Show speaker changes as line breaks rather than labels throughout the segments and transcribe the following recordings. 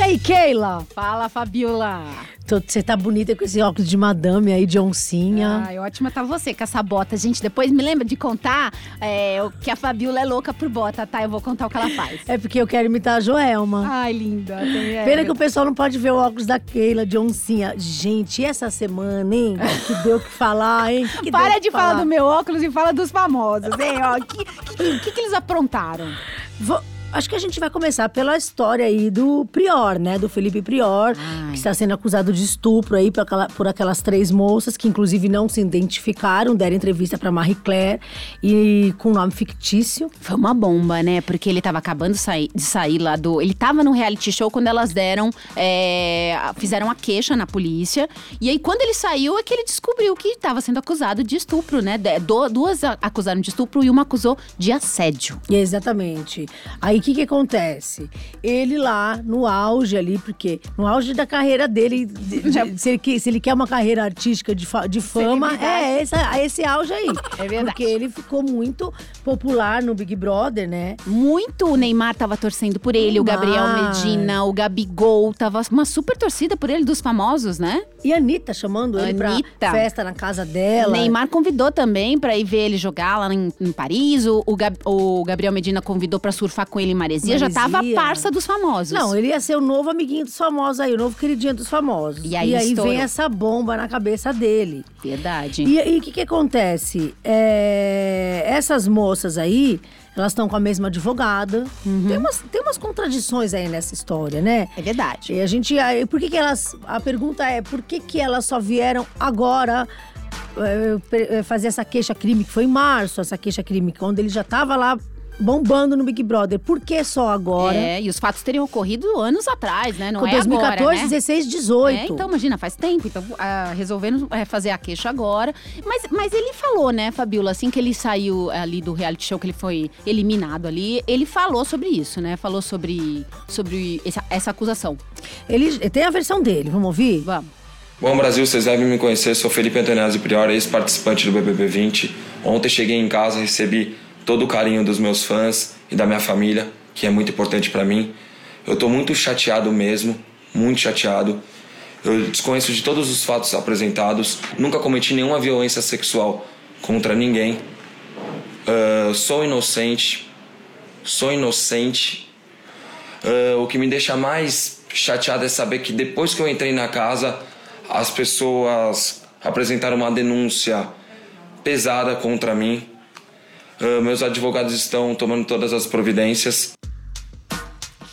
aí, Keila?
Fala, Fabiola.
Você tá bonita com esse óculos de madame aí, de oncinha.
Ai, ótima tá você com essa bota, gente. Depois me lembra de contar é, o que a Fabiola é louca por bota, tá? Eu vou contar o que ela faz.
É porque eu quero imitar a Joelma.
Ai, linda. tem- é.
Pena que o pessoal não pode ver o óculos da Keila, de oncinha. Gente, e essa semana, hein? Que deu o que falar, hein? Que deu
Para
o que
de falar do meu óculos e fala dos famosos, hein? Ó, que, que, que, que eles aprontaram?
Vo- Acho que a gente vai começar pela história aí do Prior, né? Do Felipe Prior,
Ai.
que está sendo acusado de estupro aí por, aquela- por aquelas três moças que, inclusive, não se identificaram, deram entrevista para Marie Claire e com nome fictício.
Foi uma bomba, né? Porque ele tava acabando sai- de sair lá do. Ele tava no reality show quando elas deram. é, a- fizeram a queixa na polícia. E aí, quando ele saiu, é que ele descobriu que tava sendo acusado de estupro, né? De- do- duas a- acusaram de estupro e uma acusou de assédio.
E é Exatamente. Aí o que, que acontece? Ele lá no auge ali, porque no auge da carreira dele, de- de- se, ele, que- se ele quer uma carreira artística de, fa- de fama, é essa- esse auge aí.
É verdade.
Porque ele ficou muito popular no Big Brother, né?
Muito o Neymar tava torcendo por ele, o Gabriel
Neymar.
Medina, o Gabigol. Tava uma super torcida por ele, dos famosos, né?
E a Anitta chamando ele pra
Anitta.
festa na casa dela.
Neymar convidou também pra ir ver ele jogar lá em, em Paris. O, o Gab- o Gabriel Medina convidou pra surfar com ele em Maresia. Já
Maresia.
tava parça dos famosos.
Não, ele ia ser o novo amiguinho dos famosos aí, o novo queridinho dos famosos.
E aí estourou.
vem essa bomba na cabeça dele.
Verdade.
E aí, o que, que acontece? É, essas moças aí, elas estão com a mesma advogada.
Uhum.
Tem, umas, tem umas contradições aí nessa história, né?
É verdade.
E a gente. aí, Por que, que elas. A pergunta é: por que, que elas só vieram agora eh, per- eh, fazer essa queixa-crime, que foi em março, essa queixa-crime, quando ele já tava lá bombando no Big Brother? Por que só agora?
É, e os fatos teriam ocorrido anos atrás, né? Não
Com
é
2014,
agora, né?
16, 18.
É, então, imagina, faz tempo. Então, ah, resolvendo é, fazer a queixa agora. Mas, mas ele falou, né, Fabiola, assim que ele saiu ali do reality show, que ele foi eliminado ali, ele falou sobre isso, né? Falou sobre, sobre essa, essa acusação.
Ele tem a versão dele, vamos ouvir?
Vamos.
Bom Brasil, vocês devem me conhecer, sou Felipe Antonazzi Prior, ex-participante do BBB 20. Ontem cheguei em casa, recebi todo o carinho dos meus fãs e da minha família, que é muito importante pra mim. Eu tô muito chateado mesmo, muito chateado. Eu desconheço de todos os fatos apresentados, nunca cometi nenhuma violência sexual contra ninguém. Ah, sou inocente, sou inocente ah, o que me deixa mais chateado é saber que depois que eu entrei na casa, as pessoas apresentaram uma denúncia pesada contra mim. Ah, meus advogados estão tomando todas as providências.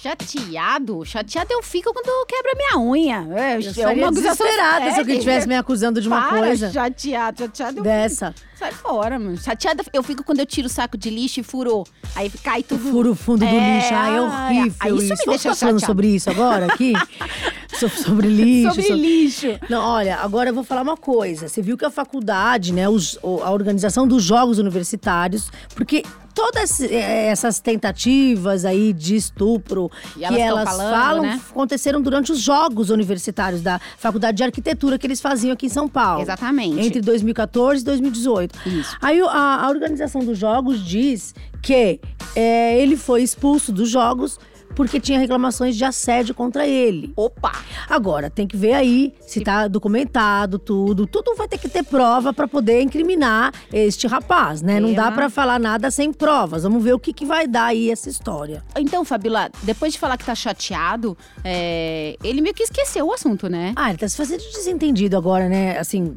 Chateado? Chateado eu fico quando quebra minha unha. É,
Eu
é
seria desesperada se alguém estivesse me acusando de uma
Para,
coisa
Chateado, chateado. eu
dessa.
fico- Sai fora, mano. Chateada eu fico quando eu tiro o saco de lixo e furou. Aí cai tudo.
Furo fundo do
É,
lixo, ai, é
ai,
horrível
aí isso
Vamos
me deixa
ficar falando
chateada.
sobre isso agora aqui? So- sobre lixo.
Sobre lixo.
Não, olha, agora eu vou falar uma coisa. Você viu que a faculdade, né, os- o- a organização dos Jogos Universitários, porque todas eh, essas tentativas aí de estupro
E
que
elas tão
elas
falando,
falam
né?
aconteceram durante os Jogos Universitários da Faculdade de Arquitetura que eles faziam aqui em São Paulo.
Exatamente.
Entre 2014 e 2018.
Isso.
Aí o- a, a organização dos jogos diz que é, ele foi expulso dos jogos porque tinha reclamações de assédio contra ele.
Opa!
Agora, tem que ver aí se tá documentado tudo. Tudo vai ter que ter prova para poder incriminar este rapaz, né? Não dá
Ela.
para falar nada sem provas. Vamos ver o que, que vai dar aí essa história.
Então, Fabiola, depois de falar que tá chateado, é, ele meio que esqueceu o assunto, né?
Ah, ele tá se fazendo de desentendido agora, né? Assim,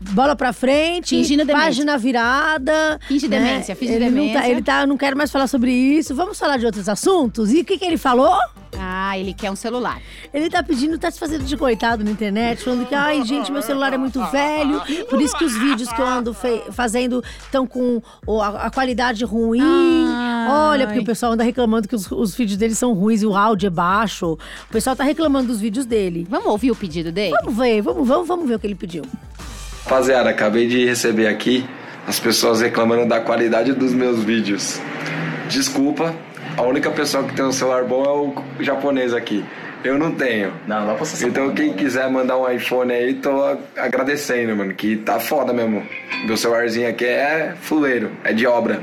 bola pra frente,
Fingindo demência.
página virada.
Finge
né?
demência, finge
ele Não tá,
demência.
ele tá, não quero mais falar sobre isso. Vamos falar de outros assuntos? E o que, que ele falou?
Ah, ele quer um celular.
Ele tá pedindo, tá se fazendo de coitado na internet, falando que, ai, gente, meu celular é muito velho, por isso que os vídeos que eu ando fe- fazendo estão com o- a, a qualidade ruim.
Ai.
Olha, porque o pessoal anda reclamando que os, os vídeos dele são ruins e o áudio é baixo. O pessoal tá reclamando dos vídeos dele.
Vamos ouvir o pedido dele?
Vamos ver, vamos, vamos, vamos ver o que ele pediu.
Rapaziada, acabei de receber aqui as pessoas reclamando da qualidade dos meus vídeos. Desculpa, a única pessoa que tem um celular bom é o japonês aqui. Eu não tenho.
Não, dá pra você
Então quem quiser mandar um iPhone aí, tô a- agradecendo, mano, que tá foda mesmo. Meu celularzinho aqui é fuleiro, é de obra.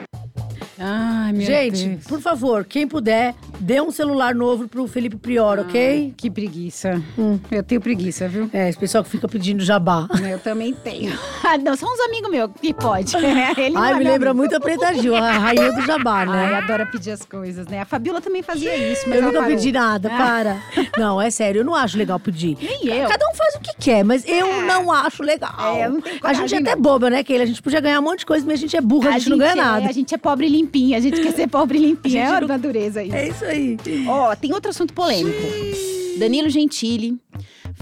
Ai, meu
Gente,
Deus.
por favor, quem puder, dê um celular novo pro Felipe Prior, ok?
Que preguiça.
Hum.
Eu tenho preguiça, viu?
É, esse pessoal que fica pedindo jabá.
Né, Eu também tenho. Ah, não, são uns amigos meus que pode. Ele não é
Ai, me
meu
lembra
amigo.
muito a Preta Gil, a rainha do jabá, né?
Ai, adora pedir as coisas, né? A Fabiola também fazia isso, mas
Eu
ela
nunca
parou.
pedi nada,
Ah.
para. Não, é sério, eu não acho legal pedir.
Nem eu.
Cada um faz o que quer, mas eu não acho legal.
É, eu não tenho
a
coragem,
gente é até
não.
boba, né, Keila? A gente podia ganhar um monte de coisa, mas a gente é burra, a, gente, não ganha
é,
nada.
A gente é pobre e limpinha, a gente quer ser pobre e limpinha.
A
É
gente
a
não-
natureza isso.
É isso aí.
Ó, tem outro assunto polêmico. Danilo Gentili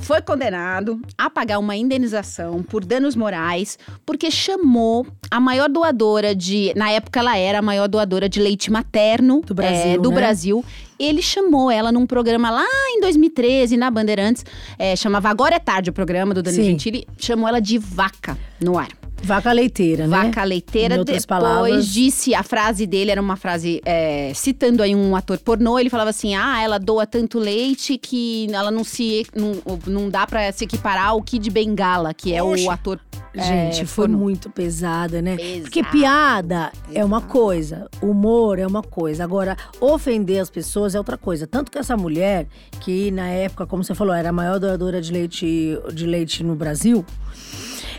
foi condenado a pagar uma indenização por danos morais porque chamou a maior doadora de. Na época, ela era a maior doadora de leite materno é,
Do Brasil,
do
né?
Brasil. Ele chamou ela num programa lá em 2013, na Bandeirantes. é, chamava Agora é Tarde o programa do Danilo
Sim.
Gentili. Chamou ela de vaca no ar.
Vaca leiteira, né?
Vaca leiteira.
Em outras
Depois
palavras.
disse, a frase dele era uma frase é, citando aí um ator pornô. Ele falava assim: ah, ela doa tanto leite que ela não se não, não dá pra se equiparar ao Kid Bengala, que é o
Poxa.
ator.
Gente,
É,
foi
foram-
muito pesada, né?
Pesado.
Porque piada é uma coisa, humor é uma coisa. Agora, ofender as pessoas é outra coisa. Tanto que essa mulher, que na época, como você falou, era a maior doadora de leite, de leite no Brasil,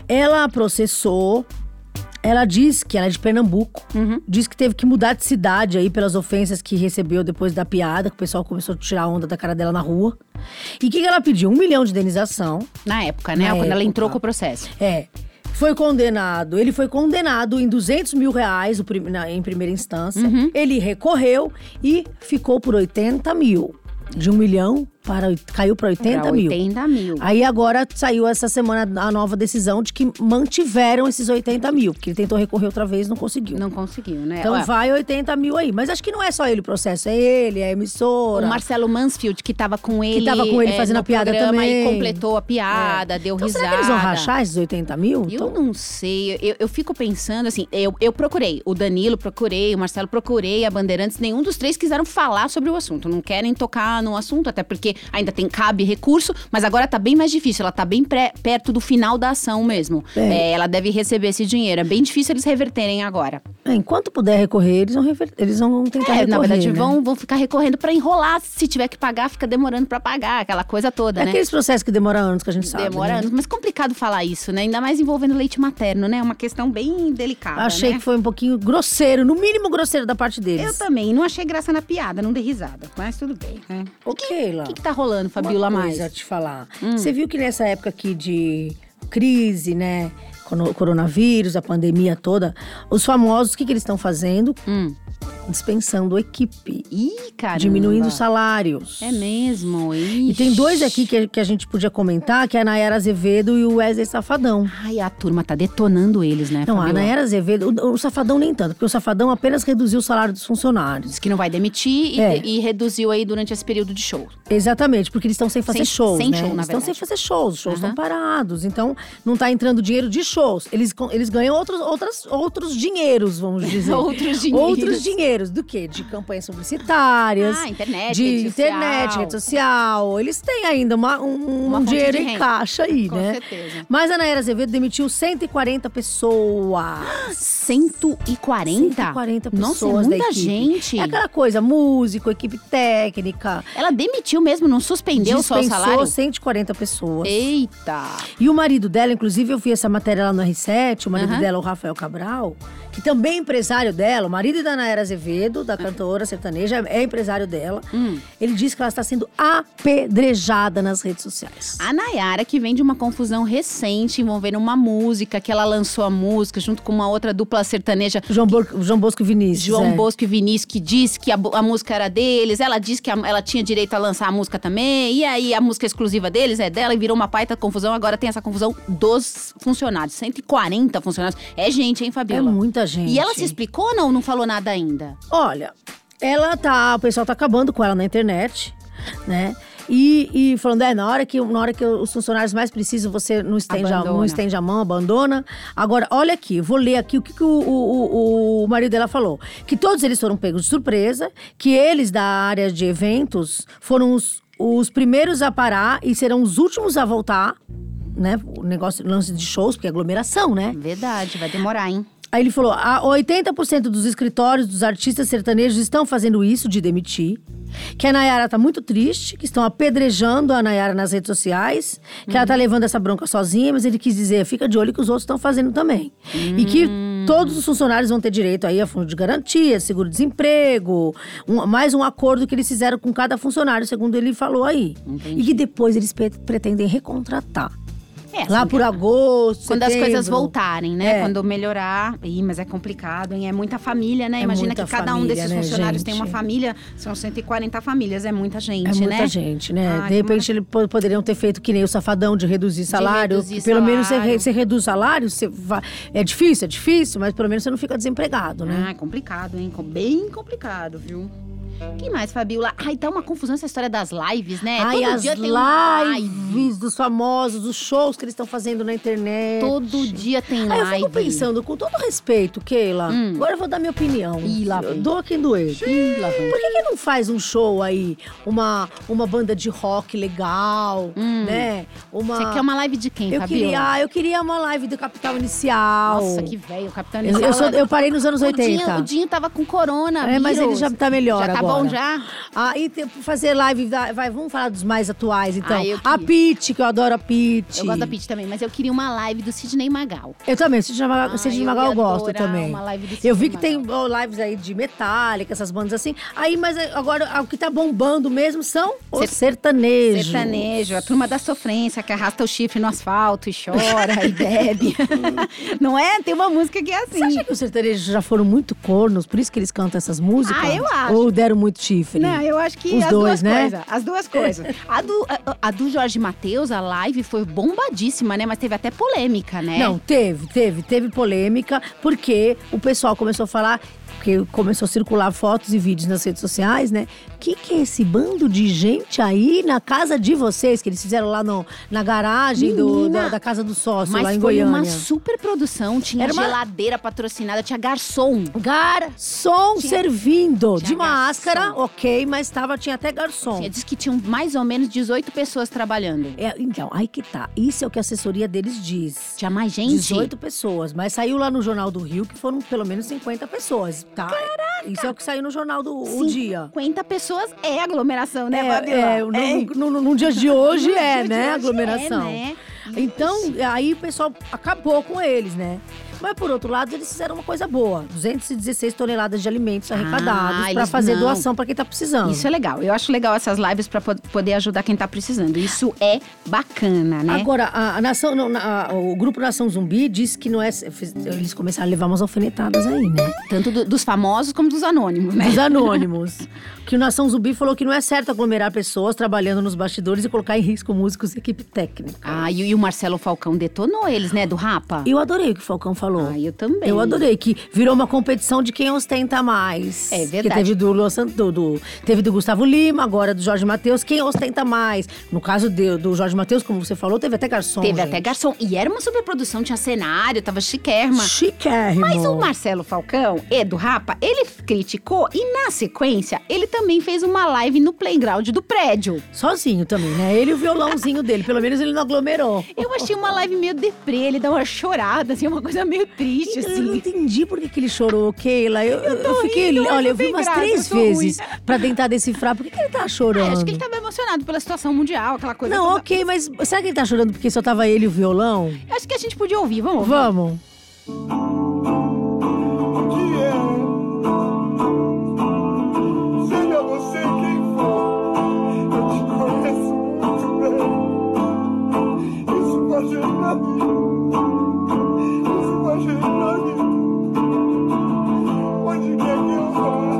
ela processou. Ela diz que ela é de Pernambuco. Diz que teve que mudar de cidade aí pelas ofensas que recebeu depois da piada, que o pessoal começou a tirar onda da cara dela na rua. E o que, que ela pediu? Um milhão de indenização.
Na época, né?
Na
quando ela
época.
entrou com o processo.
É. Foi condenado. Ele foi condenado em 200 mil reais o prim- na- em primeira instância.
Uhum.
Ele recorreu e ficou por 80 mil. De um milhão, para, oit- caiu para 80
Pra
mil.
80 mil.
Aí agora saiu essa semana a nova decisão de que mantiveram esses 80 mil. Porque ele tentou recorrer outra vez não conseguiu.
Não conseguiu, né?
Então
Ué,
vai 80 mil aí. Mas acho que não é só ele o processo. É ele, é a
O
emissora.
Marcelo Mansfield, que tava com ele.
tava com ele
é,
fazendo
no
a piada
programa E
também.
completou a piada, deu
então
risada.
será que eles vão rachar esses 80 mil?
Eu
Então-
não sei, eu, eu fico pensando assim, eu, eu procurei, o Danilo procurei, o Marcelo procurei, a Bandeirantes, nenhum dos três quiseram falar sobre o assunto, não querem tocar no assunto, até porque ainda tem cabe recurso, mas agora tá bem mais difícil, ela tá bem pré- perto do final da ação mesmo.
É.
É, ela deve receber esse dinheiro, é bem difícil eles reverterem agora.
É, enquanto puder recorrer, eles vão, rever- eles vão tentar
É,
recorrer.
na verdade
né?
vão, vão ficar recorrendo pra enrolar, se tiver que pagar, fica demorando pra pagar, aquela coisa toda,
É
né?
aqueles processos que demoram anos que a gente sabe.
Demora
né?
anos, mas complicado falar isso, né? Ainda mais envolvendo leite materno, né? É uma questão bem delicada.
Achei
né?
que foi um pouquinho grosseiro, no mínimo grosseiro da parte
Eu
deles.
também. Não achei graça na piada, não dei risada. Mas tudo bem. né?
Ô, Keila,
O que, que tá rolando, Fabiola
uma
mais? Hum.
coisa a te falar. Você viu que nessa época aqui de crise, né? cono- Coronavírus, a pandemia toda, os famosos, o que, que eles estão fazendo?
Hum.
Dispensando equipe,
Ih, cara.
diminuindo salários.
É mesmo,
E tem dois
ixi.
aqui que, que a gente podia comentar, que é a Nayara Azevedo e o Wesley Safadão.
Ai, a turma tá detonando eles, né,
Não, a
Fabiola?
Nayara Azevedo, o, o Safadão nem tanto, porque o Safadão apenas reduziu o salário dos funcionários.
Diz que não vai demitir e,
É.
e reduziu aí durante esse período de show.
Exatamente, porque eles estão sem fazer
Sem-
shows,
sem
né?
show, na
eles estão sem
verdade.
fazer shows, os shows estão
Aham.
parados. Então, não tá entrando dinheiro de shows. Eles, con- eles ganham outros, outras, outros dinheiros, vamos dizer.
Outros dinheiros.
Outros dinheiros. Do quê? De campanhas publicitárias.
Ah, internet,
de
rede social.
internet, rede social. Eles têm ainda uma- um,
Uma
um
fonte
dinheiro
de
em
renda.
caixa aí,
Com
né?
certeza.
Mas a Nayara Azevedo demitiu 140 pessoas.
140?
140
Nossa, é
pessoas da
muita
equipe.
gente.
É aquela coisa, músico, equipe técnica.
Ela demitiu mesmo, não suspendeu só o
dispensou
salário?
140 pessoas.
Eita!
E o marido dela, inclusive, eu vi essa matéria lá no R7, o marido
Aham.
dela, o Rafael Cabral, que também é empresário dela, o marido da Nayara Azevedo, da cantora sertaneja, é empresário dela.
Hum.
Ele diz que ela está sendo apedrejada nas redes sociais.
A Nayara, que vem de uma confusão recente envolvendo uma música, que ela lançou a música junto com uma outra dupla sertaneja
João, Bor- João Bosco e Vinícius.
João
é.
Bosco e Vinícius, que disse que a, bu- a música era deles, ela disse que a- ela tinha direito a lançar a música também, e aí a música exclusiva deles é dela, e virou uma baita confusão. Agora tem essa confusão dos funcionários, 140 funcionários. É gente, hein,
É
Fabiola?
muita gente.
E ela se explicou ou não, não falou nada ainda?
Olha, ela tá. O pessoal tá acabando com ela na internet, né? E, e falando, é, na hora, que, na hora que os funcionários mais precisam, você não estende, a,
Abandona.
não estende a mão, abandona. Agora, olha aqui, eu vou ler aqui o que, que o, o- o- o marido dela falou. Que todos eles foram pegos de surpresa, que eles da área de eventos foram os, os primeiros a parar e serão os últimos a voltar, né? O negócio, lance de shows, porque é aglomeração, né?
Verdade, vai demorar, hein?
Aí ele falou: "Ah, 80% dos escritórios dos artistas sertanejos estão fazendo isso de demitir. Que a Nayara tá muito triste, que estão apedrejando a Nayara nas redes sociais, que
Uhum.
ela tá levando essa bronca sozinha, mas ele quis dizer: fica de olho que os outros estão fazendo também. E que
Hum.
todos os funcionários vão ter direito aí a fundo de garantia, seguro-desemprego, um- mais um acordo que eles fizeram com cada funcionário, segundo ele falou aí. E que depois eles pe- pretendem recontratar.
É,
Lá
assim,
por agosto.
Quando as coisas
setembro.
voltarem, né?
É.
Quando melhorar. Ih, mas é complicado, hein? É muita família, né?
É
Imagina
muita
que cada um
família,
desses
né,
funcionários tem
gente?
uma família. São 140 famílias, é muita gente,
É muita
né?
gente, né?
Ai,
de
como
repente, eles po- poderiam ter feito que nem o safadão de reduzir salário.
reduzir
pelo menos você, re-
salário.
você reduz salário, você vai- é difícil, é difícil, mas pelo menos você não fica desempregado, né?
Ah, é complicado, hein? Com- Bem complicado, viu? que mais, Fabiola? Ai, tá uma confusão essa história das lives, né?
Ai,
Todo
as
dia tem uma live.
lives dos famosos, dos shows que eles estão fazendo na internet.
Todo dia tem
Aí eu
live.
fico pensando, com todo respeito, Keila,
Hum.
agora eu vou dar minha opinião.
Ih, lá vem.
Doa quem doer.
Ih, lá vem.
Por que, que não faz um show aí, uma, uma banda de rock legal,
Hum.
né? Uma...
Você quer uma live de quem,
Eu
Fabiola?
queria, ah, eu queria uma live do Capital Inicial.
Nossa, que velho, o Capitão
eu, eu,
Inicial
sou-
é-
eu parei nos anos
o
80.
Dinho, o Dinho tava com corona.
É, mas ele
vírus.
já tá melhor
Já tá
agora.
bom já?
Ah, e tem- fazer live, da- vai, vamos falar dos mais atuais, então.
Ah, eu
a
que-
Pete, que eu adoro a Pete.
Eu gosto da Pitty também, mas eu queria uma live do Sidney Magal.
Eu também, Cid Magal,
Ah,
Sidney
eu
Magal eu
ia
gosto
adorar
também.
uma live do
Eu
Sidney
vi que tem
Magal.
ó, lives aí de Metallica, essas bandas assim. Aí, mas é, agora o que tá bombando mesmo são os sertanejos.
Sertanejo, a turma da sofrência que arrasta o chifre no asfalto e chora e bebe. Não é? Tem uma música que é assim.
Você acha que os sertanejos já foram muito cornos, por isso que eles cantam essas músicas?
Ah, eu acho.
Ou deram muito chifre?
Não, eu acho que
Os
as
dois,
duas
né?
coisas. As duas coisas. A do, a, a do Jorge Matheus, a live foi bombadíssima, né? Mas teve até polêmica, né?
Não, teve, teve, teve polêmica, porque o pessoal começou a falar, porque começou a circular fotos e vídeos nas redes sociais, né? Que que é esse bando de gente aí na casa de vocês que eles fizeram lá no, na garagem do,
Menina!
da, da casa do sócio
Mas
lá em
foi
Goiânia?
uma super produção. Tinha
Era uma-
geladeira patrocinada, tinha garçom.
Garçom
Tinha-
servindo
tinha
de máscara,
garçom.
ok, mas tava tinha até garçom.
Tinha- Diz que tinham mais ou menos 18 pessoas trabalhando.
É, então, aí que tá. Isso é o que a assessoria deles diz.
Tinha mais gente?
18 pessoas, mas saiu lá no Jornal do Rio que foram pelo menos 50 pessoas, tá? Caraca! Isso é o que saiu no Jornal do o Dia.
50 pessoas é aglomeração, né,
é,
Fabiola?
é,
Hein?
no, no, no dia de hoje é,
No dia de
né?
hoje
aglomeração.
é, né?
Então, aí o pessoal acabou com eles, né? Mas por outro lado, eles fizeram uma coisa boa: 216 toneladas de alimentos arrecadados pra
Ah, eles
fazer
não.
doação pra quem tá precisando.
Isso é legal. Eu acho legal essas lives pra po- poder ajudar quem tá precisando. Isso é bacana, né?
Agora, a, a nação, não, na- a- o grupo Nação Zumbi diz que não é. fez- Eles começaram a levar umas alfinetadas aí, né?
Tanto do- dos famosos como dos anônimos, né?
Os anônimos. que o Nação Zumbi falou que não é certo aglomerar pessoas trabalhando nos bastidores e colocar em risco músicos e equipe técnica.
Ah, e, o- e o Marcelo Falcão detonou eles, né? Do Rapa?
Eu adorei o que o Falcão falou.
Ah, eu também.
Eu adorei que virou uma competição de quem ostenta mais.
É
Que
verdade.
teve do, Luan Sant- do, do- teve do Gustavo Lima, agora do Jorge Matheus, quem ostenta mais. No caso de- do Jorge Matheus, como você falou, teve até garçom.
Teve
gente.
até garçom. E era uma superprodução, tinha cenário, tava chiquérrima.
Chiquérrimo.
Mas o Marcelo Falcão e do Rapa, ele criticou e na sequência ele também fez uma live no playground do prédio.
Sozinho também, né? Ele e o violãozinho dele. Pelo menos ele não aglomerou.
Eu achei uma live meio deprê, ele dá uma chorada, assim, uma coisa meio triste,
Então, Eu não
assim.
entendi por que, que ele chorou, Keila. Eu, eu, eu fiquei.
rindo, mas
olha, eu
não
vi
tem
umas
graça,
três
eu tô ruim.
vezes pra tentar decifrar por que, que ele tá chorando.
Ah, acho que ele tava emocionado pela situação mundial, aquela coisa.
Não,
toda.
ok, mas será que ele tá chorando porque só tava ele e o violão?
Acho que a gente podia ouvir, vamos. ouvir?
Vamos.
que é. Seja você quem for, eu te conheço muito bem. Isso vai gerar isso vai gerar Onde quer que eu vá,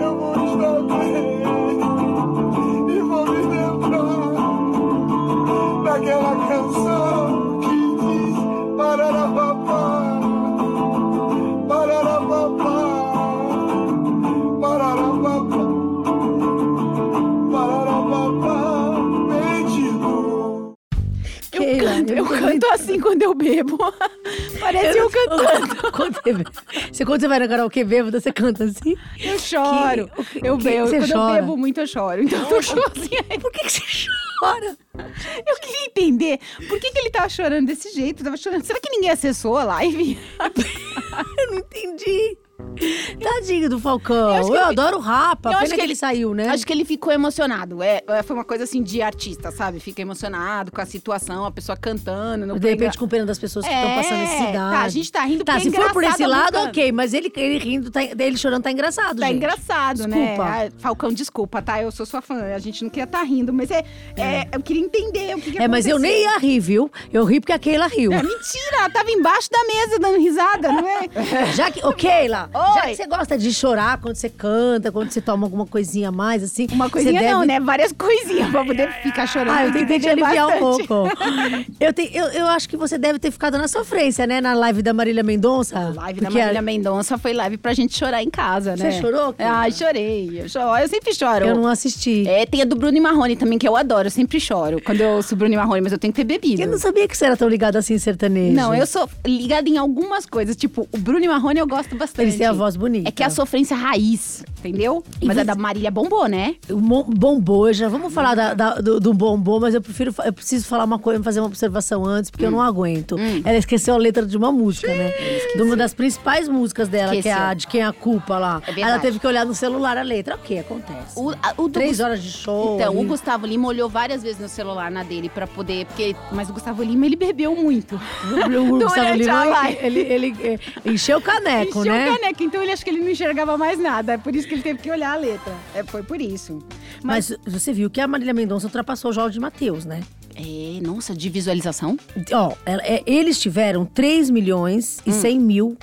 eu vou estar bem e vou me lembrar daquela canção que diz Parará papai. Pararapapá, pararapapá, pararapapá, perdido.
Eu
Keila,
canto,
eu
eu
não
canto assim quando eu bebo. Parece eu, cantando.
Quando você bebe- você, quando você vai no karaokê bêbado, você canta assim?
Eu choro.
Que- o que-
eu
que
bebo.
você
Quando
chora?
eu bebo muito, eu choro. Então eu choro assim.
Por que, que você chora?
Eu queria entender por que, que ele tava chorando desse jeito. Tava chorando. Será que ninguém acessou a live?
Eu não entendi. Tadinho do Falcão.
acho
Eu,
que ele-
adoro o Rapa.
Eu acho
Pena que,
que
ele...
ele-
saiu, né?
Acho que ele ficou emocionado. É, é, foi uma coisa assim de artista, sabe? Fica emocionado com a situação, a pessoa cantando. No
De repente, com pena das pessoas que estão
É,
passando necessidade.
tá, a gente tá rindo
Tá,
porque é
se for por esse
engraçado a
lado,
música.
ok. Mas ele, ele rindo, tá, ele chorando tá engraçado,
Tá
gente.
engraçado, né?
Desculpa.
Ah, Falcão, desculpa, tá? Eu sou sua fã. A gente não queria estar rindo, mas é, é, eu queria entender o que, que
É, mas eu
aconteceu.
nem ia rir, viu? Eu ri porque a Keila riu.
É, mentira, ela tava embaixo da mesa dando risada, não é?
Já que, ô Keila,
Oi.
já que você gosta de chorar quando você canta, quando você toma alguma coisinha a mais, assim.
Uma coisinha
você deve...
não, né? Várias coisinhas pra poder ficar chorando.
Ah, eu
Tem que
tentei te
mexer
aliviar um
bastante.
pouco. Eu, te- eu, eu acho que você deve ter ficado na sofrência, né? Na live da Marília Mendonça.
Live da
Porque é-
Marília Mendonça foi live pra gente chorar em casa,
Você
né?
chorou, Keila?
Ai, chorei. Eu, choro, eu sempre choro.
Eu não assisti.
É, tem a do Bruno e Marrone também, que eu adoro. Eu sempre choro quando eu ouço Bruno e Marrone, mas eu tenho que ter bebido.
Eu não sabia que você era tão ligado assim em sertanejo.
Não, eu sou ligada em algumas coisas. Tipo, o Bruno e Marrone eu gosto bastante.
Eles têm a voz bonita.
É que é a sofrência raiz, entendeu?
E
Mas a
você-
da Marília bombou, né?
O mo- bombô, já vamos falar da- da- do, do bombô, mas eu prefiro, fa- eu preciso falar uma coisa, fazer uma observação antes, porque
Hum.
eu não aguento. Ela esqueceu a letra de uma música, né? De uma das principais músicas dela, que é a
Esqueceu.
de Quem é a Culpa lá.
É verdade.
Ela teve que olhar no celular a letra. Ok, acontece.
O, a- o do
Três
Gus-
horas de show.
Então, o
ali.
Gustavo Lima olhou várias vezes no celular na dele pra poder. Porque, mas o Gustavo Lima, ele bebeu muito.
O Gustavo
Durante a
Lima,
live.
ele, ele, ele, é, encheu o caneco,
Encheu
né?
o caneco, então ele acha que ele não enxergava mais nada. É por isso que ele teve que olhar a letra. É, foi por isso. Mas,
Mas você viu que a Marília Mendonça ultrapassou o Jorge Matheus, né?
É, nossa, de visualização?
Ó, ela- é, eles tiveram 3 milhões
Hum.
e 100 mil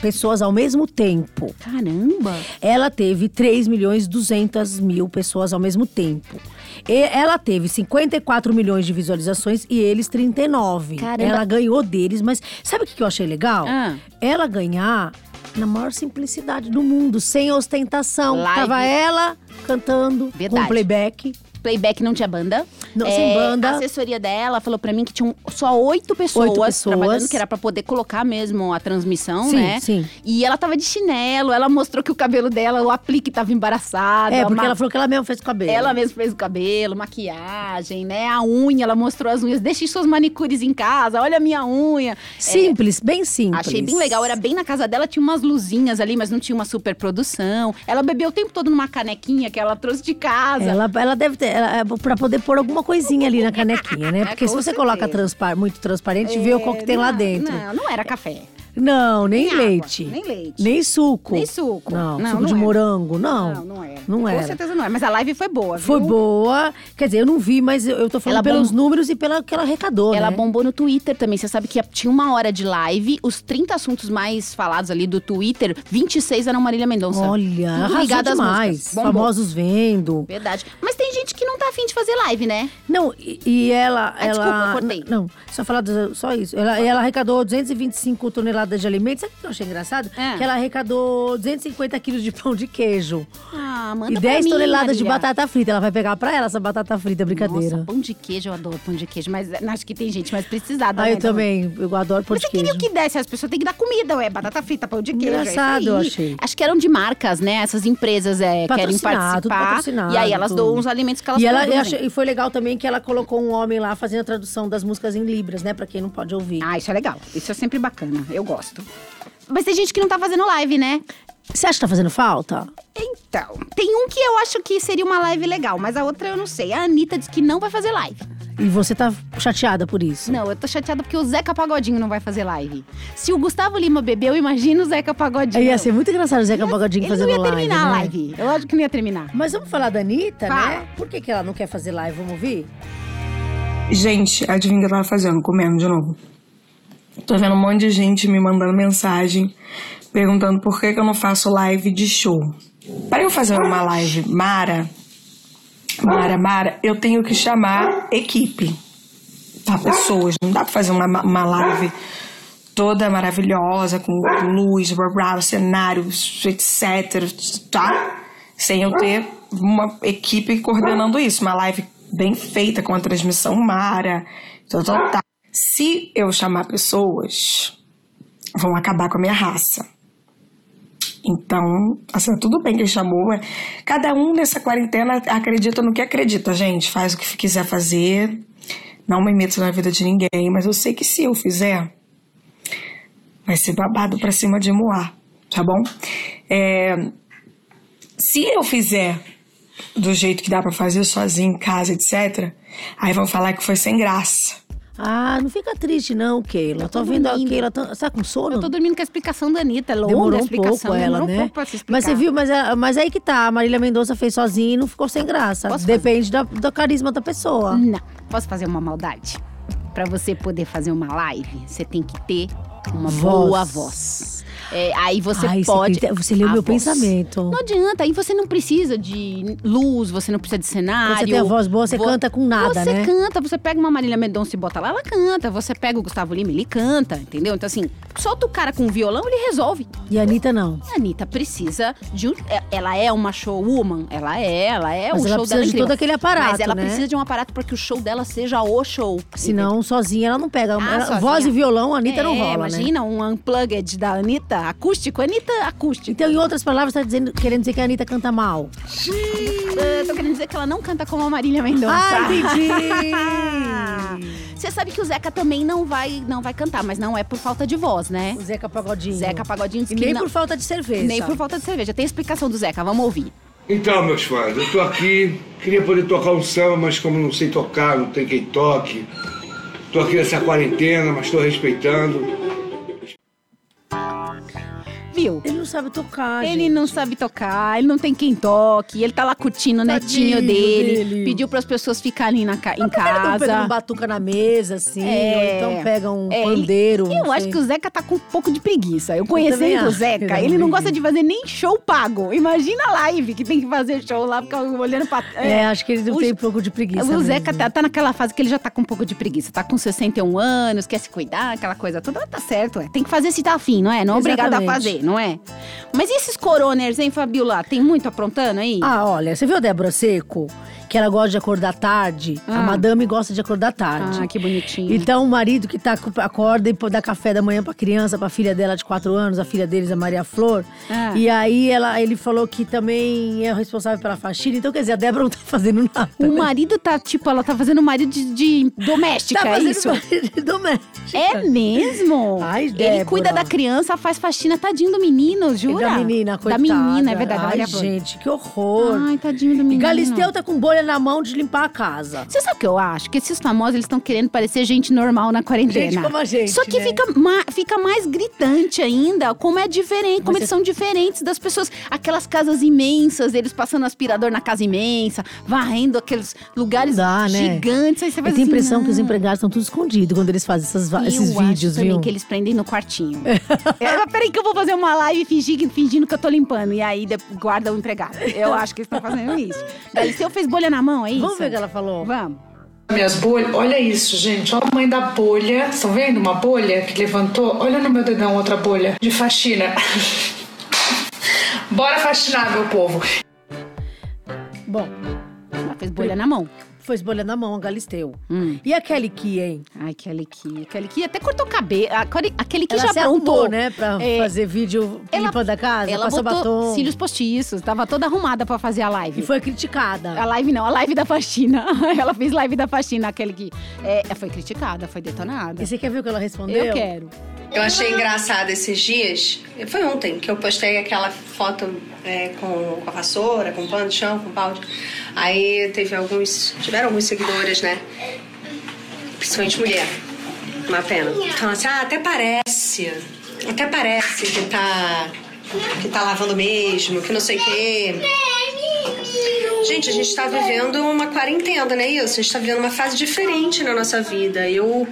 pessoas ao mesmo tempo.
Caramba!
Ela teve 3 milhões e 200 mil pessoas ao mesmo tempo. E ela teve 54 milhões de visualizações e eles 39.
Caramba.
Ela ganhou deles, mas sabe o que que eu achei legal?
Ah.
Ela ganhar na maior simplicidade do mundo, sem ostentação.
Live.
Tava ela cantando com
Verdade. É,
playback.
Playback não tinha banda.
Não, sem banda.
A assessoria dela falou pra mim que tinham só oito pessoas,
Oito pessoas.
trabalhando, que era pra poder colocar mesmo a transmissão,
Sim,
né?
sim.
E ela tava de chinelo, ela mostrou que o cabelo dela, o aplique tava embaraçado.
É,
a
porque
ma-
ela falou que ela mesma fez o cabelo.
Ela mesma fez o cabelo, maquiagem, né? A unha, ela mostrou as unhas. Deixem suas manicures em casa, olha a minha unha.
Simples, bem simples.
é. Achei bem legal, era bem na casa dela, tinha umas luzinhas ali, mas não tinha uma super produção. Ela bebeu o tempo todo numa canequinha que ela trouxe de casa.
Ela, ela deve ter, ela, é pra poder pôr alguma coisinha ali na canequinha, né?
É,
Porque se
com
você coloca
certeza. É,
transpar, muito transparente, vê o qual que tem lá
Não,
dentro.
Não, não era café.
Não, nem,
Nem água,
leite.
nem leite.
Nem suco.
Nem suco.
Não,
Não,
suco
não
de
era.
morango, não.
não, não era.
Não
Com
era.
certeza não era, mas a live foi boa, viu?
Foi boa. Quer dizer, eu não vi, mas eu, eu tô falando
Ela
pelos
bom-
números e pela que ela arrecadou,
Ela
né?
bombou no Twitter também. Você sabe que tinha uma hora de live, os 30 assuntos mais falados ali do Twitter, 26 eram Marília Mendonça.
Olha,
Tudo
arrasou
ligado às
demais.
músicas. Bombou.
Famosos vendo.
Verdade. Mas tem gente que não tá afim de fazer live, né?
Não, e, e ela.
Ah,
ela
desculpa, cortei.
Não, só falar do- só isso. Ela, ela arrecadou 225 toneladas de alimentos. Sabe o que eu achei engraçado?
É.
Que ela arrecadou 250 quilos de pão de queijo.
Ah, manda
E
pra
10
mim,
toneladas de
Marília.
batata frita. Ela vai pegar pra ela essa batata frita, brincadeira.
Nossa, pão de queijo, eu adoro pão de queijo. Mas eh, acho que tem gente mais precisada,
ah,
né?
eu também. Eu adoro pão
Mas
de
você
queijo.
queria que desse, as pessoas têm que dar comida, ué. Batata frita, pão de queijo. é isso
Engraçado, eu
aí.
achei.
Acho que eram de marcas, né? Essas empresas é, querem
Patrocinado, tudo
participar.
patrocinado,
E aí elas
tudo.
dão os alimentos que elas
E, ela, eu
produzem.
achei- e foi legal também que ela colocou um homem lá fazendo a tradução das músicas em Libras, né? Pra quem não pode ouvir.
Ah, isso é legal. Isso é sempre bacana. Eu gosto. Mas tem gente que não tá fazendo live, né?
Você acha que tá fazendo falta?
Então, tem um que eu acho que seria uma live legal, mas a outra eu não sei. A Anitta diz que não vai fazer live.
E você tá chateada por isso?
Não, eu tô chateada porque o Zeca Pagodinho não vai fazer live. Se o Gustavo Lima bebeu, imagina o Zeca Pagodinho.
Ia ser muito engraçado o Zeca Pagodinho
Ele não
fazendo
ia
live, né?
terminar a live. Eu acho que não ia terminar.
Mas vamos falar da Anitta,
Fala.
né? Por que, que ela não quer fazer live? Vamos ouvir?
Gente, adivinha o que eu tava fazendo? Comendo de novo. Tô vendo um monte de gente me mandando mensagem perguntando por que, que eu não faço live de show. Para eu fazer uma live Mara, Mara, Mara, eu tenho que chamar equipe, tá? Pessoas. Não dá pra fazer uma, uma live toda maravilhosa, com luz, blá, blá, cenário, etc, tá? Sem eu ter uma equipe coordenando isso. Uma live bem feita, com a transmissão Mara, tal, tal, tal. Se eu chamar pessoas, vão acabar com a minha raça. Então, assim, tudo bem que ele chamou, é, mas cada um nessa quarentena acredita no que acredita, gente. Faz o que quiser fazer. Não me meto na vida de ninguém, mas eu sei que se eu fizer, vai ser babado pra cima de Moá, tá bom? É, se eu fizer do jeito que dá pra fazer sozinho em casa, etc., aí vão falar que foi sem graça.
Ah, não fica triste não, Keila. Tô,
tô
vendo a
dormindo.
Keila, tá, tá com sono?
Eu tô dormindo com a explicação da Anitta, é longa
Demorou
a
um
explicação.
pouco ela,
demorou
né?
um pouco pra se explicar.
mas você viu, mas, a- mas aí que tá. A Marília Mendonça fez sozinha e não ficou sem graça.
Posso
Depende da, do carisma da pessoa.
Não. Posso fazer uma maldade? Pra você poder fazer uma live, você tem que ter uma
Voz.
boa voz. É, aí você
Ai, você
pode.
acredita? Você leu
a
meu
voz.
pensamento.
Não adianta, aí você não precisa de luz, você não precisa de cenário.
Quando você tem a voz boa, você
Vo-
canta com nada,
você
né?
canta, você pega uma Marília Mendonça e bota lá, ela canta. Você pega o Gustavo Lima, ele canta, entendeu? Então, assim, solta o cara com violão, ele resolve.
E a Anitta não.
A Anitta precisa de um, é- Ela é uma showwoman. Ela é, ela é
Mas
o
ela
show
precisa
dela.
de
incrível.
todo aquele aparato,
Mas ela
né?
precisa de um aparato para que o show dela seja o show.
Senão, sozinha ela não pega.
Ah,
Ela-
sozinha.
voz e violão, a Anitta
é,
não rola, né?
Imagina um unplugged da Anitta, acústico. Anitta, acústico.
Então, em outras palavras, tá dizendo, querendo dizer que a Anitta canta mal.
Eu tô querendo dizer que ela não canta como a Marília Mendonça.
Ah, entendi!
Você sabe que o Zeca também não vai, não vai cantar, mas não é por falta de voz, né?
o Zeca Pagodinho.
Zeca Pagodinho
E
disse que
nem
não-
por falta de cerveja.
nem por falta de cerveja. Tem a explicação do Zeca, vamos ouvir.
Então, meus fãs, eu tô aqui, queria poder tocar um samba, mas como não sei tocar, não tem quem toque. Tô aqui nessa quarentena, mas tô respeitando.
Viu?
Ele não sabe tocar,
Ele
gente.
não sabe tocar, ele não tem quem toque, ele tá lá curtindo o netinho
Tadinho
dele,
dele.
pediu pras pessoas ficarem na ca- em
Por que ele não pega um
casa.
batuca na mesa, assim,
É.
ou então pega um
É, ele-
pandeiro. não
Eu acho
sei.
que o Zeca tá com um pouco de preguiça. Eu
também
conhecendo
acho, é
o
eu
Zeca, ele
também
não
acho.
gosta de fazer nem show pago. Imagina a live que tem que fazer show lá, ficar olhando pra.
É, acho que ele
O-
tem um pouco de preguiça.
O
mesmo.
Zeca tá, tá naquela fase que ele já tá com um pouco de preguiça. Tá com 61 anos, quer se cuidar, aquela coisa toda. Tá certo, é. Tem que fazer se tá afim, não é? Não é obrigado a
Exatamente.
fazer, não é? Mas e esses coroners, hein, Fabiola? Tem muito aprontando aí?
Ah, olha, você viu a Débora Seco? Que ela gosta de acordar tarde. A
Ah.
madame gosta de acordar tarde.
Ah, que bonitinho.
Então, o marido que tá, com- acorda e pô- dá café da manhã pra criança, pra filha dela de 4 anos, a filha deles, a Maria Flor.
Ah.
E aí ela, ele falou que também é o responsável pela faxina. Então, quer dizer, a Débora não tá fazendo nada.
O marido tá, tipo, ela tá fazendo o marido de, de doméstica,
tá
é
fazendo
isso?
marido doméstica.
É mesmo?
Ai,
Ele
Débora.
cuida da criança, faz faxina, tadinho do menino, jura?
Da menina, coitada.
Da menina, é verdade.
Ai,
olha, Flor.
gente, que horror.
Ai, tadinho do
E
menino.
Galisteu tá com bolha na mão de limpar a casa.
Você sabe o que eu acho? Que esses famosos, eles estão querendo parecer gente normal na quarentena.
Gente como a gente,
Só que
né?
fica, ma- fica mais gritante ainda como é diferente, como
Você-
eles são diferentes das pessoas. Aquelas casas imensas, eles passando aspirador na casa imensa, varrendo aqueles lugares
Não dá, né?
gigantes. Aí você assim, vai
Eu tenho a impressão que os empregados estão tudo escondido quando eles fazem essas va- esses
eu
vídeos,
acho também
viu?
que eles prendem no quartinho. É, mas peraí que eu vou fazer uma live e fingir que- fingindo que eu tô limpando. E aí de- guarda o empregado. Eu acho que eles estão fazendo isso. Galisteu fez bolha na mão, é isso?
Vamos ver o que ela falou.
Vamos.
Minhas bolhas, olha isso, gente. Olha o tamanho da bolha. Estão vendo uma bolha que levantou? Olha no meu dedão outra bolha de faxina. Bora faxinar, meu povo.
Bom,
Ela fez bolha na mão.
foi esbolhando a mão, a Galisteu.
Hum.
E a Kelly Key, hein?
Ai, aquele que. Aquele que até cortou o cabelo. Aquele aquele que
ela
já
se
aprontou.
arrumou, né? Pra
É.
fazer vídeo
Ela-
limpando a casa,
Ela
passou
botou
batom.
cílios postiços. Tava toda arrumada pra fazer a live.
E foi criticada.
A live não, a live da faxina. Ela fez live da faxina, aquele que. É, foi criticada, foi detonada.
E você quer ver o que ela respondeu?
Eu quero.
Eu achei engraçado esses dias, foi ontem que eu postei aquela foto é, com, com a vassoura, com pano de chão, com balde. Aí teve alguns, tiveram alguns seguidores, né? Principalmente mulher. Uma pena. Então assim, ah, até parece, até parece que tá, que tá lavando mesmo, que não sei o quê. Gente, a gente tá vivendo uma quarentena, não é isso? A gente tá vivendo uma fase diferente na nossa vida. Eu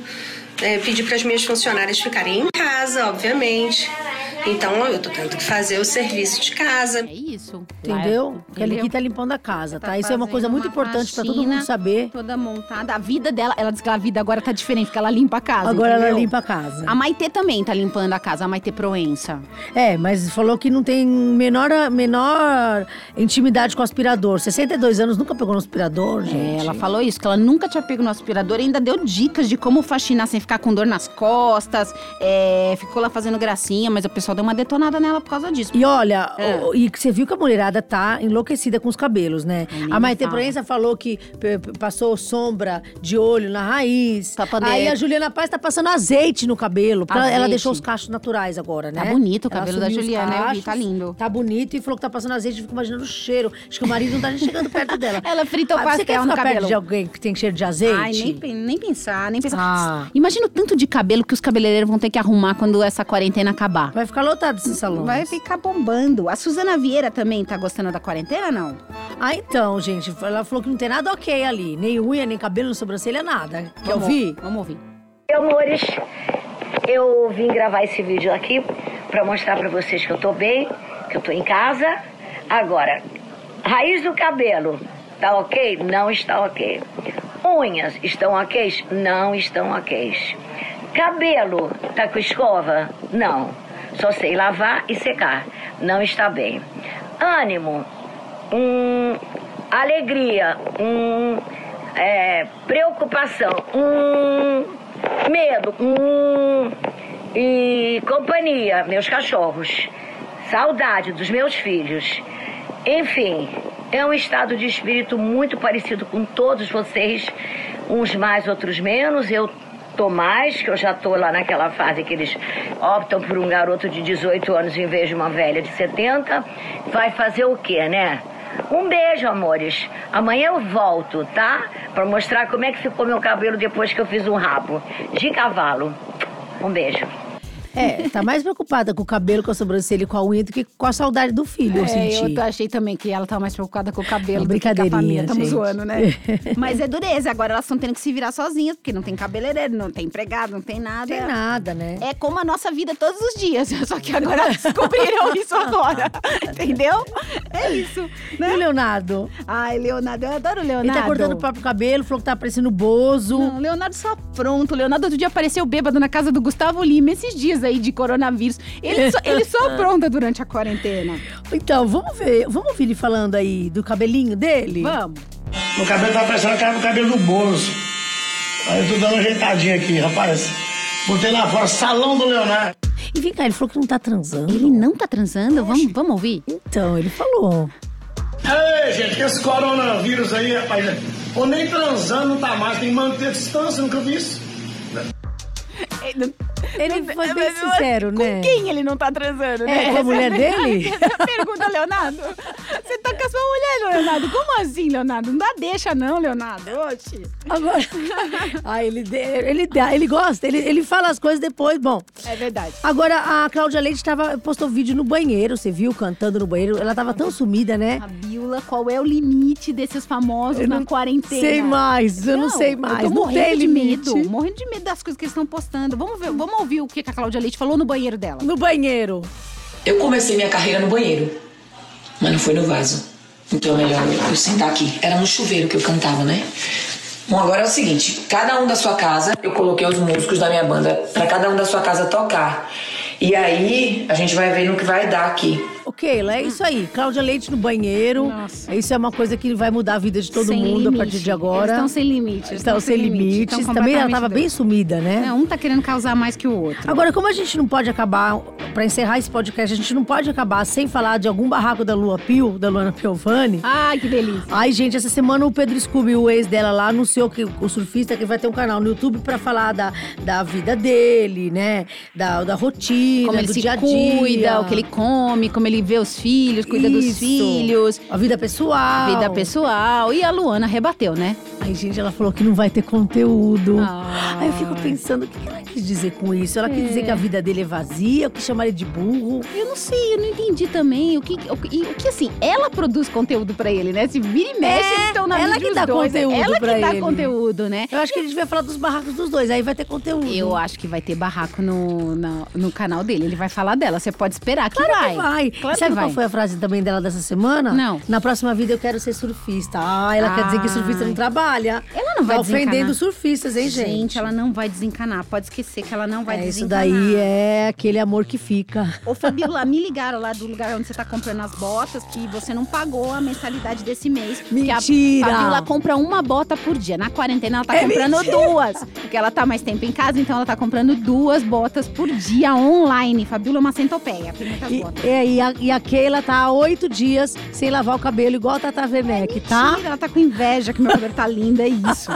é, pedi para as minhas funcionárias ficarem em casa, obviamente. Então eu tô tendo que fazer o serviço de casa.
É isso.
Entendeu?
Lá- é-
Kelly Key
entendeu?
tá limpando a casa, tá?
Tá
Isso é uma
fazendo
coisa muito
uma
importante pra todo
faxina.
mundo saber.
Toda montada. A vida dela, ela diz que a vida agora tá diferente, porque ela limpa a casa.
Agora ela
entendeu?
limpa a casa.
A Maitê também tá limpando a casa, a Maitê Proença.
É, mas falou que não tem menor, menor intimidade com o aspirador. 62 anos, nunca pegou no aspirador,
É,
gente.
ela falou isso, que ela nunca tinha pego no aspirador e ainda deu dicas de como faxinar sem ficar com dor nas costas. É, ficou lá fazendo gracinha, mas o pessoal deu uma detonada nela por causa disso.
E olha,
É.
o- e você viu que a mulherada tá enlouquecida com os cabelos, né?
Nem
A Maite
É fala.
Proença falou que p- p- passou sombra de olho na raiz.
Pra poder-
Aí a Juliana Paz tá passando azeite no cabelo. Porque ela- ela
Azeite.
deixou os cachos naturais agora, né?
Tá bonito o
Ela
cabelo da
assumiu os
Juliana, eu vi,
cachos,
tá lindo.
Tá bonito e falou que tá passando azeite, eu fico imaginando o cheiro. Acho que o marido não tá nem chegando perto dela.
Ela fritou
Ah, Você
pastel
quer
no
ficar perto
cabelo.
de alguém que tem cheiro de azeite?
Ai, nem, pe- nem pensar, nem pensar.
Ah.
Imagina o tanto de cabelo que os cabeleireiros vão ter que arrumar quando essa quarentena acabar.
Vai ficar lotado esse salão.
Vai ficar bombando. A Suzana Vieira também tá gostando da quarentena, não?
Ah, então, gente, ela falou que não tem nada ok ali. Nem unha, nem cabelo, nem sobrancelha, nada. Quer
Vamos-
ouvir?
Vamos ouvir.
Meu amores, eu vim gravar esse vídeo aqui pra mostrar pra vocês que eu tô bem, que eu tô em casa. Agora, raiz do cabelo, tá ok? Não está ok. Unhas estão ok? Não estão ok. Cabelo, tá com escova? Não. Só sei lavar e secar. Não está bem. Ânimo, hum, alegria, hum, é, preocupação, hum, medo hum, e companhia, meus cachorros, saudade dos meus filhos. Enfim, é um estado de espírito muito parecido com todos vocês, uns mais, outros menos. Eu tô mais, que eu já tô lá naquela fase que eles optam por um garoto de 18 anos em vez de uma velha de 70. Vai fazer o quê, né? Um beijo, amores. Amanhã eu volto, tá? Pra mostrar como é que ficou meu cabelo depois que eu fiz um rabo de cavalo. Um beijo.
É, tá mais preocupada com o cabelo, com a sobrancelha e com a unha do que com a saudade do filho, eu
É,
senti.
achei também que ela tava mais preocupada com o cabelo.
É brincadeirinha,
Tamo
gente.
zoando, né? Mas é dureza. Agora elas estão tendo que se virar sozinhas, porque não tem cabeleireiro, não tem empregado, não tem nada.
Não tem nada, né?
É como a nossa vida todos os dias. Só que agora elas descobriram isso agora. Entendeu? É isso.
E o Leonardo?
Ai, Leonardo, eu adoro o Leonardo.
Ele tá cortando o próprio cabelo, falou que tá parecendo Bozo.
Não, Leonardo só pronto. Leonardo outro dia apareceu bêbado na casa do Gustavo Lima esses dias aí de coronavírus. Ele só, ele só apronta durante a quarentena.
Então, vamos ver, vamos ouvir ele falando aí do cabelinho dele?
Vamos.
Meu cabelo tá parecendo que era o cabelo do Bozo. Aí eu tô dando uma ajeitadinha aqui, rapaz. Botei lá fora, salão do Leonardo.
E vem cá, ele falou que não tá transando.
Ele não tá transando? Vamos, vamos ouvir?
Então, ele falou.
Ei, gente, que esse coronavírus aí, rapaz. Ou nem transando não tá mais, tem que manter distância, nunca vi isso.
Ele foi bem sincero,
é com
né?
quem ele não tá transando, né?
É, com a mulher dele?
Pergunta, Leonardo. Você tá com a sua mulher, Leonardo. Como assim, Leonardo? Não dá deixa não, Leonardo. Oxi.
Agora. ah, ele, de- ele, dá- ele gosta, ele, ele fala as coisas depois. Bom,
É verdade.
agora a Cláudia Leite tava, postou vídeo no banheiro, você viu? Cantando no banheiro. Ela tava tão sumida, né?
A Bíola, qual é o limite desses famosos na quarentena?
Sei mais, eu não, sei mais.
Eu tô
não
morrendo
tem
de
limite.
medo, morrendo de medo das coisas que eles estão postando. Vamos ver, vamos ouvir o que que a Cláudia Leite falou no banheiro dela.
No banheiro.
Eu comecei minha carreira no banheiro, mas não foi no vaso. Então é melhor eu sentar aqui. Era no chuveiro que eu cantava, né? Bom, agora é o seguinte: cada um da sua casa, eu coloquei os músicos da minha banda pra cada um da sua casa tocar. E aí a gente vai ver no que vai dar aqui.
Ô, Keila, é isso aí. Cláudia Leite no banheiro.
Nossa.
Isso é uma coisa que vai mudar a vida de todo
Sem
mundo
limite.
a partir de agora.
Eles estão sem limite, eles
Estão
estão
sem
sem limite,
limites.
estão
Também ela tava
completamente
bem sumida, né?
É, um tá querendo causar mais que o outro.
Agora, como a gente não pode acabar, pra encerrar esse podcast, a gente não pode acabar sem falar de algum barraco da Lua Pio, da Luana Piovani.
Ai, que delícia.
Ai, gente, essa semana o Pedro Scooby, o ex dela lá, anunciou que o surfista que vai ter um canal no YouTube pra falar da, da vida dele, né? Da, da rotina,
Como ele
do
se
dia a dia.
cuida, o que ele come, como ele vê os filhos, cuida dos
Isso.
filhos,
A vida pessoal.
vida pessoal. E a Luana rebateu, né?
Ai, gente, ela falou que não vai ter conteúdo.
Ai.
Aí eu fico pensando, o que que ela quis dizer com isso? Ela quis dizer que a vida dele é vazia, que chama ele de burro.
Eu não sei, eu não entendi também. O que, o, que- e o que assim, ela produz conteúdo pra ele, né? Se vira e mexe,
É,
eles estão na
ela
mídia
que
os
dá
dois. É
conteúdo
Ela
pra
que dá
ele.
conteúdo, né?
Eu acho que ele devia falar dos barracos dos dois, aí vai ter conteúdo.
Eu acho que vai ter barraco no, na- no, canal dele. Ele vai falar dela. Você pode esperar que
Claro que
vai.
vai.
claro
Sabe
que
qual
vai.
foi a frase também dela dessa semana?
Não.
Na próxima vida eu quero ser surfista. Ah, ela quer dizer que surfista não trabalha.
Ela não vai
Tá
desencanar.
ofendendo os surfistas, hein, gente?
Gente, ela não vai desencanar. Pode esquecer que ela não vai
é, isso
desencanar.
daí é aquele amor que fica.
Ô, Fabiola, me ligaram lá do lugar onde você tá comprando as botas que você não pagou a mensalidade desse mês. Que
Mentira!
a Fabiola compra uma bota por dia. Na quarentena, ela tá
É
comprando
mentira!
duas. Porque ela tá mais tempo em casa, então ela tá comprando duas botas por dia online. Fabiola é uma centopeia. Tem muitas
E,
botas.
é, e, a, e a Keila tá há oito dias sem lavar o cabelo, igual a Tata Werneck, tá?
Mentira, ela tá com inveja que meu cabelo tá lindo, é isso.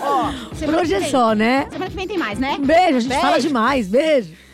Ó, semana
Por hoje
que
é
vem.
só, né?
Semana que vem tem mais, né?
Beijo, a gente
Beijo.
fala demais. Beijo.